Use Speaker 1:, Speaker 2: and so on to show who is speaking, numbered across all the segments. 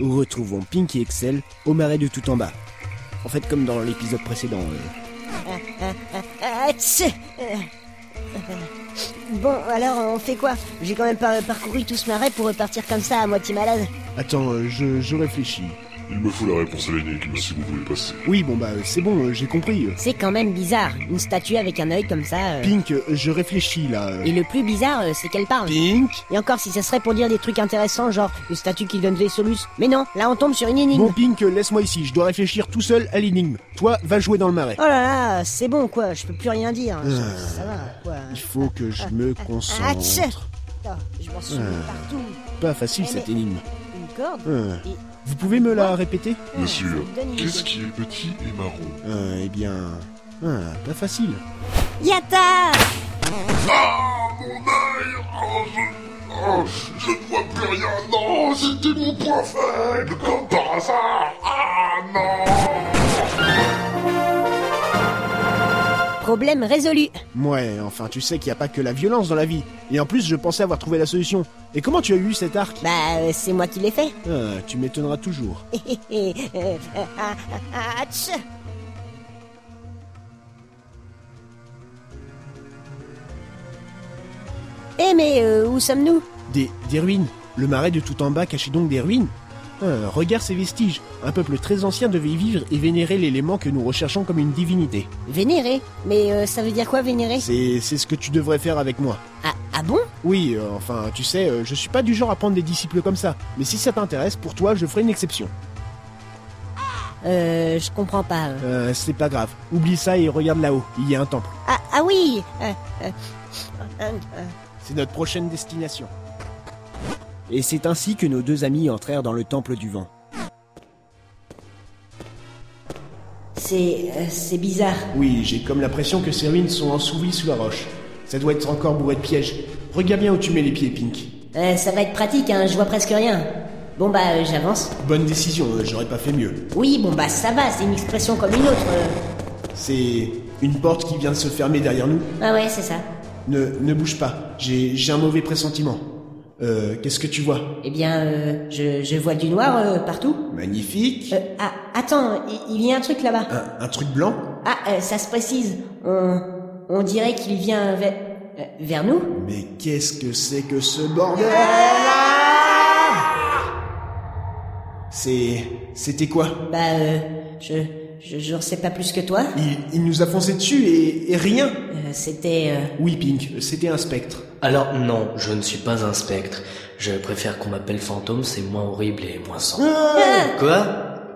Speaker 1: où retrouvons Pinky Excel au marais du tout en bas. En fait, comme dans l'épisode précédent. euh.
Speaker 2: Atch Euh, Bon, alors on fait quoi J'ai quand même pas parcouru tout ce marais pour repartir comme ça à moitié malade.
Speaker 1: Attends, euh, je, je réfléchis.
Speaker 3: Il me faut la réponse à l'énigme si vous voulez passer.
Speaker 1: Oui, bon bah euh, c'est bon, euh, j'ai compris.
Speaker 2: C'est quand même bizarre, une statue avec un œil comme ça. euh.
Speaker 1: Pink, euh, je réfléchis là. euh.
Speaker 2: Et le plus bizarre, euh, c'est qu'elle parle.
Speaker 1: Pink
Speaker 2: Et encore si ça serait pour dire des trucs intéressants, genre une statue qui donne des solus. Mais non, là on tombe sur une énigme.
Speaker 1: Bon Pink, euh, laisse-moi ici, je dois réfléchir tout seul à l'énigme. Toi, va jouer dans le marais.
Speaker 2: Oh là là, c'est bon quoi, je peux plus rien dire.
Speaker 1: Euh.
Speaker 2: Ça va quoi.
Speaker 1: Il faut que je me
Speaker 2: Atch
Speaker 1: concentre.
Speaker 2: Putain, Je m'en suis mis partout.
Speaker 1: Pas facile cette énigme.
Speaker 2: Une corde
Speaker 1: Euh.
Speaker 2: et...
Speaker 1: Vous pouvez me la répéter
Speaker 3: Bien
Speaker 2: ça
Speaker 3: sûr.
Speaker 2: me donne une
Speaker 3: Qu'est-ce
Speaker 2: idée.
Speaker 3: qui est petit et marron
Speaker 1: Euh, Eh bien... euh, pas facile.
Speaker 2: Yata
Speaker 3: Ah mon œil oh, je... oh, je ne vois plus rien Non, c'était mon point faible Comme par hasard Ah non
Speaker 2: Problème résolu.
Speaker 1: Ouais, enfin tu sais qu'il n'y a pas que la violence dans la vie. Et en plus je pensais avoir trouvé la solution. Et comment tu as eu cet arc
Speaker 2: Bah, euh, c'est moi qui l'ai fait.
Speaker 1: Euh, Tu m'étonneras toujours.
Speaker 2: Euh, euh, ah, ah, atch. Eh mais euh, où sommes-nous
Speaker 1: Des, des ruines. Le marais de tout en bas cachait donc des ruines. Euh, regarde ces vestiges. Un peuple très ancien devait y vivre et vénérer l'élément que nous recherchons comme une divinité.
Speaker 2: Vénérer Mais euh, ça veut dire quoi vénérer
Speaker 1: C'est c'est ce que tu devrais faire avec moi.
Speaker 2: ah, ah bon
Speaker 1: Oui, euh, enfin, tu sais, euh, je suis pas du genre à prendre des disciples comme ça. Mais si ça t'intéresse, pour toi, je ferai une exception.
Speaker 2: Euh, je comprends pas. euh.
Speaker 1: Euh, c'est pas grave. Oublie ça et regarde là-haut. Il y a un temple.
Speaker 2: Ah, ah oui euh, euh, euh, euh,
Speaker 1: C'est notre prochaine destination. Et c'est ainsi que nos deux amis entrèrent dans le temple du vent.
Speaker 2: C'est... euh, c'est bizarre.
Speaker 1: Oui, j'ai comme l'impression que ces ruines sont ensouvies sous la roche. Ça doit être encore bourré de pièges. Regarde bien où tu mets les pieds, Pink.
Speaker 2: Euh, ça va être pratique, hein, je vois presque rien. Bon bah, euh, j'avance.
Speaker 1: Bonne décision, euh, j'aurais pas fait mieux.
Speaker 2: Oui, bon bah, ça va, c'est une expression comme une autre. euh.
Speaker 1: C'est une porte qui vient de se fermer derrière nous.
Speaker 2: Ah ouais, c'est ça.
Speaker 1: Ne, ne bouge pas, j'ai j'ai un mauvais pressentiment. Euh, qu'est-ce que tu vois
Speaker 2: Eh bien, euh, je, je vois du noir euh, partout.
Speaker 1: Magnifique.
Speaker 2: Euh, ah, attends, i- il y a un truc là-bas.
Speaker 1: Un, un truc blanc
Speaker 2: Ah, euh, ça se précise. On, on dirait qu'il vient vers, euh, vers nous.
Speaker 1: Mais qu'est-ce que c'est que ce bordel C'est... C'était quoi
Speaker 2: Bah, euh, je, je, je ne sais pas plus que toi.
Speaker 1: il, il nous a foncé dessus et, et rien
Speaker 2: Euh, C'était... euh,
Speaker 1: Oui, Pink, c'était un spectre.
Speaker 4: Alors non, je ne suis pas un spectre. Je préfère qu'on m'appelle fantôme, c'est moins horrible et moins sang. Quoi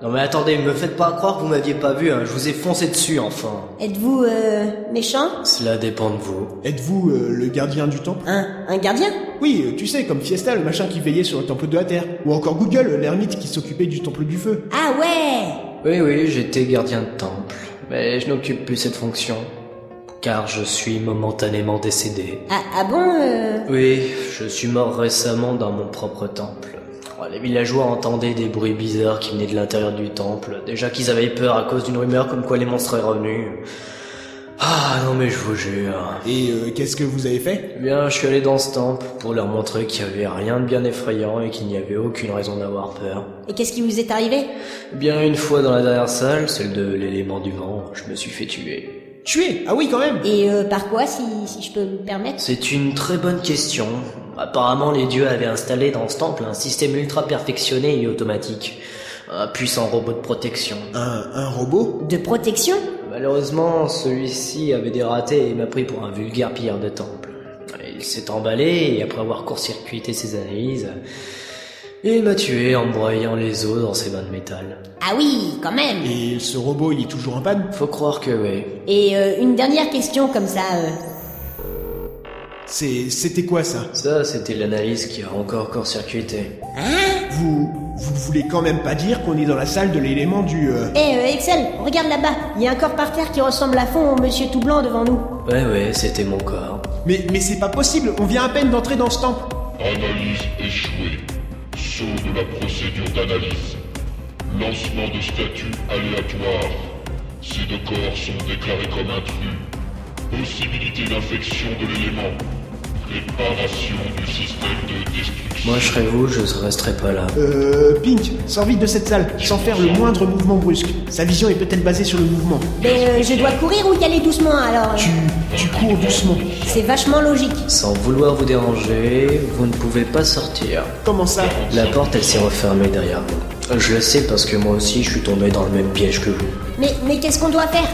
Speaker 4: Non mais attendez, me faites pas croire que vous m'aviez pas vu, hein. je vous ai foncé dessus enfin.
Speaker 2: Êtes-vous euh, méchant
Speaker 4: Cela dépend de vous.
Speaker 1: Êtes-vous euh, le gardien du temple
Speaker 2: Un, un gardien
Speaker 1: Oui, euh, tu sais, comme Fiesta, le machin qui veillait sur le temple de la Terre. Ou encore Google, l'ermite qui s'occupait du temple du feu.
Speaker 2: Ah ouais
Speaker 4: Oui oui, j'étais gardien de temple, mais je n'occupe plus cette fonction. Car je suis momentanément décédé.
Speaker 2: Ah, ah bon euh...
Speaker 4: Oui, je suis mort récemment dans mon propre temple. Oh, Les villageois entendaient des bruits bizarres qui venaient de l'intérieur du temple. Déjà qu'ils avaient peur à cause d'une rumeur comme quoi les monstres seraient revenus. Ah non mais je vous jure.
Speaker 1: Et euh, qu'est-ce que vous avez fait
Speaker 4: Eh bien, je suis allé dans ce temple pour leur montrer qu'il n'y avait rien de bien effrayant et qu'il n'y avait aucune raison d'avoir peur.
Speaker 2: Et qu'est-ce qui vous est arrivé
Speaker 4: Eh bien, une fois dans la dernière salle, celle de l'élément du vent, je me suis fait tuer.
Speaker 1: Tuer Ah oui, quand même
Speaker 2: Et euh, par quoi, si, si je peux me permettre
Speaker 4: C'est une très bonne question. Apparemment, les dieux avaient installé dans ce temple un système ultra perfectionné et automatique. Un puissant robot de protection.
Speaker 1: Un, un robot
Speaker 2: De protection
Speaker 4: Malheureusement, celui-ci avait des ratés et m'a pris pour un vulgaire pilleur de temple. Il s'est emballé et après avoir court-circuité ses analyses, il m'a tué en me broyant les os dans ses mains de métal.
Speaker 2: Ah oui, quand même
Speaker 1: Et ce robot, il est toujours en panne
Speaker 4: Faut croire que oui.
Speaker 2: Et euh, une dernière question comme ça. euh.
Speaker 1: C'est... C'était quoi, ça
Speaker 4: Ça, c'était l'analyse qui a encore court-circuité.
Speaker 1: Vous... Vous voulez quand même pas dire qu'on est dans la salle de l'élément du... euh,
Speaker 2: Eh, euh, Excel, regarde là-bas, il y a un corps par terre qui ressemble à fond au monsieur tout blanc devant nous.
Speaker 4: Ouais, ouais, c'était mon corps.
Speaker 1: Mais, mais c'est pas possible, on vient à peine d'entrer dans ce temple
Speaker 3: Analyse échouée. Saut de la procédure d'analyse. Lancement de statut aléatoire. Ces deux corps sont déclarés comme intrus. Possibilité d'infection de l'élément.
Speaker 5: Dépravation du système de destruction.
Speaker 4: Moi, je serais vous, je resterais pas là.
Speaker 1: Euh, Pink, sors vite de cette salle, sans faire le moindre mouvement brusque. Sa vision est peut-être basée sur le mouvement.
Speaker 2: Mais euh, je dois courir ou y aller doucement alors
Speaker 1: Tu, tu cours doucement.
Speaker 2: C'est vachement logique.
Speaker 4: Sans vouloir vous déranger, vous ne pouvez pas sortir.
Speaker 1: Comment ça
Speaker 4: La porte, elle s'est refermée derrière vous. Je le sais parce que moi aussi, je suis tombé dans le même piège que vous.
Speaker 2: Mais, mais qu'est-ce qu'on doit faire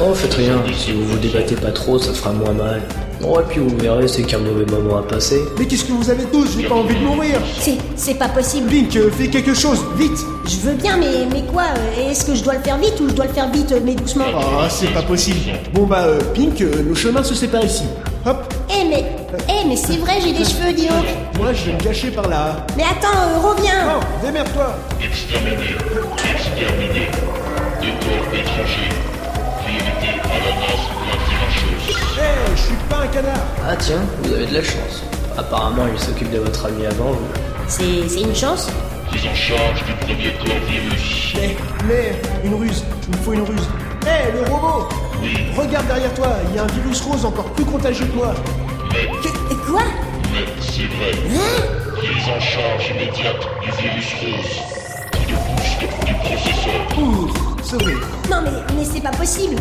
Speaker 4: Oh, faites rien. Si vous vous débattez pas trop, ça fera moins mal. Bon, et puis vous verrez, c'est qu'un mauvais moment à passer.
Speaker 1: Mais qu'est-ce que vous avez tous J'ai pas envie de mourir
Speaker 2: C'est, c'est pas possible.
Speaker 1: Pink, euh, fais quelque chose, vite
Speaker 2: Je veux bien, mais, mais quoi euh, Est-ce que je dois le faire vite ou je dois le faire vite euh, mais doucement
Speaker 1: Ah, c'est pas possible. Bon bah, euh, Pink, euh, nos chemins se séparent ici. Hop
Speaker 2: Eh mais, eh mais c'est vrai,
Speaker 5: Ah.
Speaker 2: j'ai des cheveux, dis donc.
Speaker 1: Moi, je vais me cacher par là.
Speaker 2: Mais attends, euh, reviens.
Speaker 1: Non, démerde-toi
Speaker 5: Exterminé. Exterminé. De corps étrangers. Priorité à la masse
Speaker 1: Hé, Eh, je suis pas un canard
Speaker 4: Ah tiens, vous avez de la chance. Apparemment, il s'occupe de votre ami avant vous.
Speaker 5: Ah.
Speaker 2: C'est, c'est une chance
Speaker 5: Prise en charge du premier corps virus.
Speaker 1: Mais, mais, une ruse, il me faut une ruse. Hé, le robot Regarde derrière toi, il y a un virus rose encore plus contagieux que toi.
Speaker 2: Que- Quoi Hein
Speaker 5: Mais c'est vrai. Prise en charge immédiate du virus rose. Coup de boost du processeur.
Speaker 1: Ouh, sauvé.
Speaker 2: Non mais, mais c'est pas possible.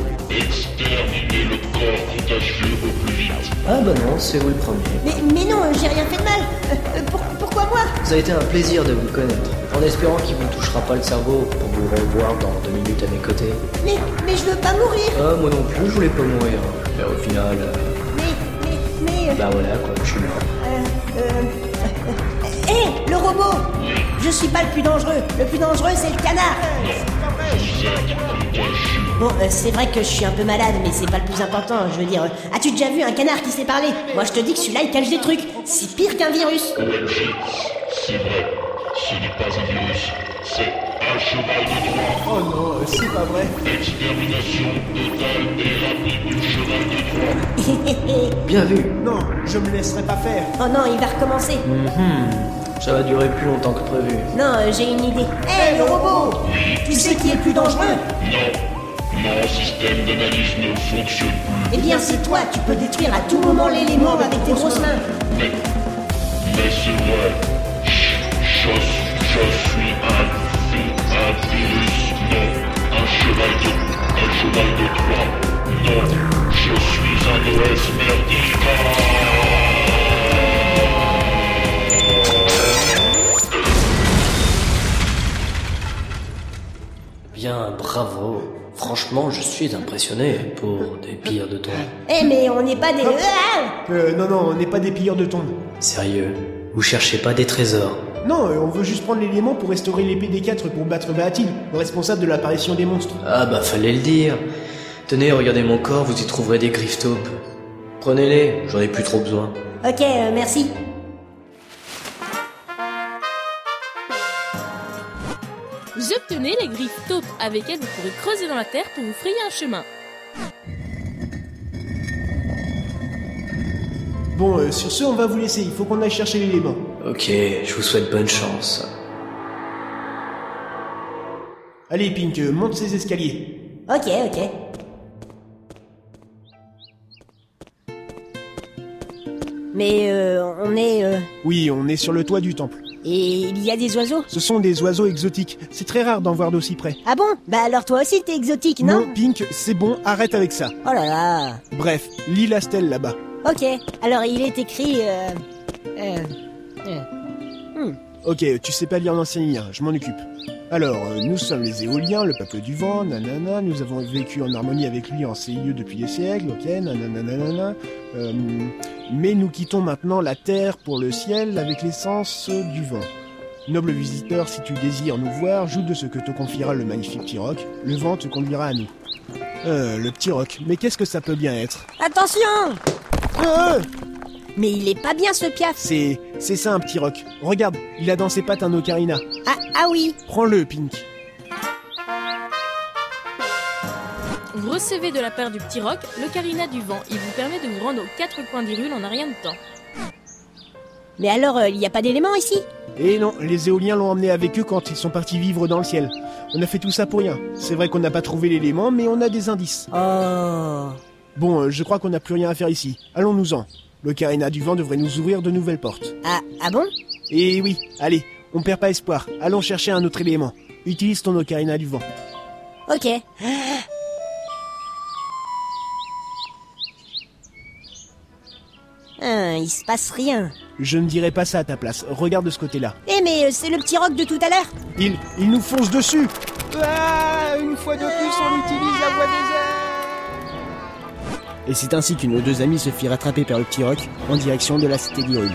Speaker 5: Exterminez le corps contagieux au plus vite.
Speaker 4: Ah bah non, c'est vous le premier.
Speaker 2: Mais, mais non, euh, j'ai rien fait de mal. Euh, euh, pour- pourquoi moi
Speaker 4: Ça a été un plaisir de vous connaître. En espérant qu'il vous touchera pas le cerveau pour vous revoir dans deux minutes à mes côtés.
Speaker 2: Mais, mais je veux pas mourir.
Speaker 4: Ah, moi non plus, je voulais pas mourir. Mais au final, euh,
Speaker 2: Mais, mais, mais... euh,
Speaker 4: bah voilà quoi, je suis mort.
Speaker 2: Euh, Hé, le robot Je suis pas le plus dangereux. Le plus dangereux, c'est le canard. Bon, euh, c'est vrai que je suis un peu malade, mais c'est pas le plus important. Je veux dire, euh, as-tu déjà vu un canard qui sait parler Moi, je te dis que celui-là, il cache des trucs. C'est pire qu'un virus.
Speaker 5: OMG, c'est vrai. Ce n'est pas un virus. C'est un cheval de droit.
Speaker 1: Oh non, euh, c'est pas vrai.
Speaker 5: Extermination totale et rapide du cheval de Troie.
Speaker 2: oh
Speaker 4: Bien vu.
Speaker 1: Non, je me laisserai pas faire.
Speaker 2: non, il va recommencer.
Speaker 4: Ça va durer plus longtemps que prévu.
Speaker 2: Non, euh, j'ai une idée. Hé, le robot Tu sais qui est le plus dangereux
Speaker 5: Non, mon système d'analyse ne fonctionne plus.
Speaker 2: Eh bien, c'est toi. Tu peux détruire à tout moment l'élément avec tes grosses mains.
Speaker 5: Mais, mais c'est vrai. Ch- Je, je suis un, vi- un virus. Non, un cheval de, un cheval de Troie. Non, je suis un OS merdique.
Speaker 4: Bien, bravo. Franchement, je suis impressionné pour des pires de ton.
Speaker 2: Eh, mais on n'est pas des... Ah
Speaker 1: Euh, non, non, on n'est pas des pilleurs de tombes.
Speaker 4: Sérieux, vous cherchez pas des trésors.
Speaker 1: Non, euh, on veut juste prendre l'élément pour restaurer l'épée des quatre pour battre Bahatil, le responsable de l'apparition des monstres.
Speaker 4: Ah bah fallait le dire. Tenez, regardez mon corps, vous y trouverez des griffes taupes. Prenez-les, j'en ai plus trop besoin.
Speaker 2: Ok, euh, merci.
Speaker 6: Vous obtenez les griffes taupes. Avec elles, vous pourrez creuser dans la terre pour vous frayer un chemin.
Speaker 1: Bon, euh, sur ce, on va vous laisser, il faut qu'on aille chercher l'élément.
Speaker 4: Ok, je vous souhaite bonne chance.
Speaker 1: Allez, Pink, euh, monte ces escaliers.
Speaker 2: Ok, ok. Mais euh, on est... euh,
Speaker 1: Oui, on est sur le toit du temple.
Speaker 2: et il y a des oiseaux
Speaker 1: Ce sont des oiseaux exotiques, c'est très rare d'en voir d'aussi près.
Speaker 2: Ah bon Bah alors toi aussi t'es exotique, non,
Speaker 1: Pink, c'est bon, arrête avec ça.
Speaker 2: Oh là là
Speaker 1: Bref, l'île Astel là-bas.
Speaker 2: Ok, alors il est écrit... euh, euh, euh,
Speaker 1: Ok, tu sais pas lire l'ancien lien, je m'en occupe. Alors, euh, nous sommes les éoliens, le peuple du vent, nanana, nous avons vécu en harmonie avec lui en CIE depuis des siècles, ok, nanana, nanana, euh, mais nous quittons maintenant la terre pour le ciel avec l'essence du vent. Noble visiteur, si tu désires nous voir, joue de ce que te confiera le magnifique petit roc, le vent te conduira à nous. Euh, le petit roc, mais qu'est-ce que ça peut bien être
Speaker 2: Attention
Speaker 1: Ah
Speaker 2: Mais il est pas bien ce piaf
Speaker 1: C'est... c'est ça un petit roc. Regarde, il a dans ses pattes un ocarina.
Speaker 2: Ah, ah oui
Speaker 1: Prends-le, Pink.
Speaker 6: Vous recevez de la part du petit roc le carina du vent. Il vous permet de vous rendre aux quatre coins d'Irule en un rien de temps.
Speaker 2: Mais alors euh, il n'y a pas d'éléments ici
Speaker 1: Et Eh non, les éoliens l'ont emmené avec eux quand ils sont partis vivre dans le ciel. On a fait tout ça pour rien. C'est vrai qu'on n'a pas trouvé l'élément, mais on a des indices.
Speaker 2: Oh
Speaker 1: Bon, euh, je crois qu'on n'a plus rien à faire ici. Allons-nous-en. L'ocarina du vent devrait nous ouvrir de nouvelles portes.
Speaker 2: Ah, ah bon
Speaker 1: Et oui, allez, on perd pas espoir. Allons chercher un autre élément. Utilise ton ocarina du vent.
Speaker 2: Ok. Ah, il se passe rien.
Speaker 1: Je ne dirai pas ça à ta place. Regarde de ce côté-là.
Speaker 2: Eh mais euh, c'est le petit roc de tout à l'heure
Speaker 1: Il, il nous fonce dessus Ah, Une fois de plus, on utilise la voie des airs Et c'est ainsi que nos deux amis se firent attraper par le petit roc en direction de la cité d'Irule.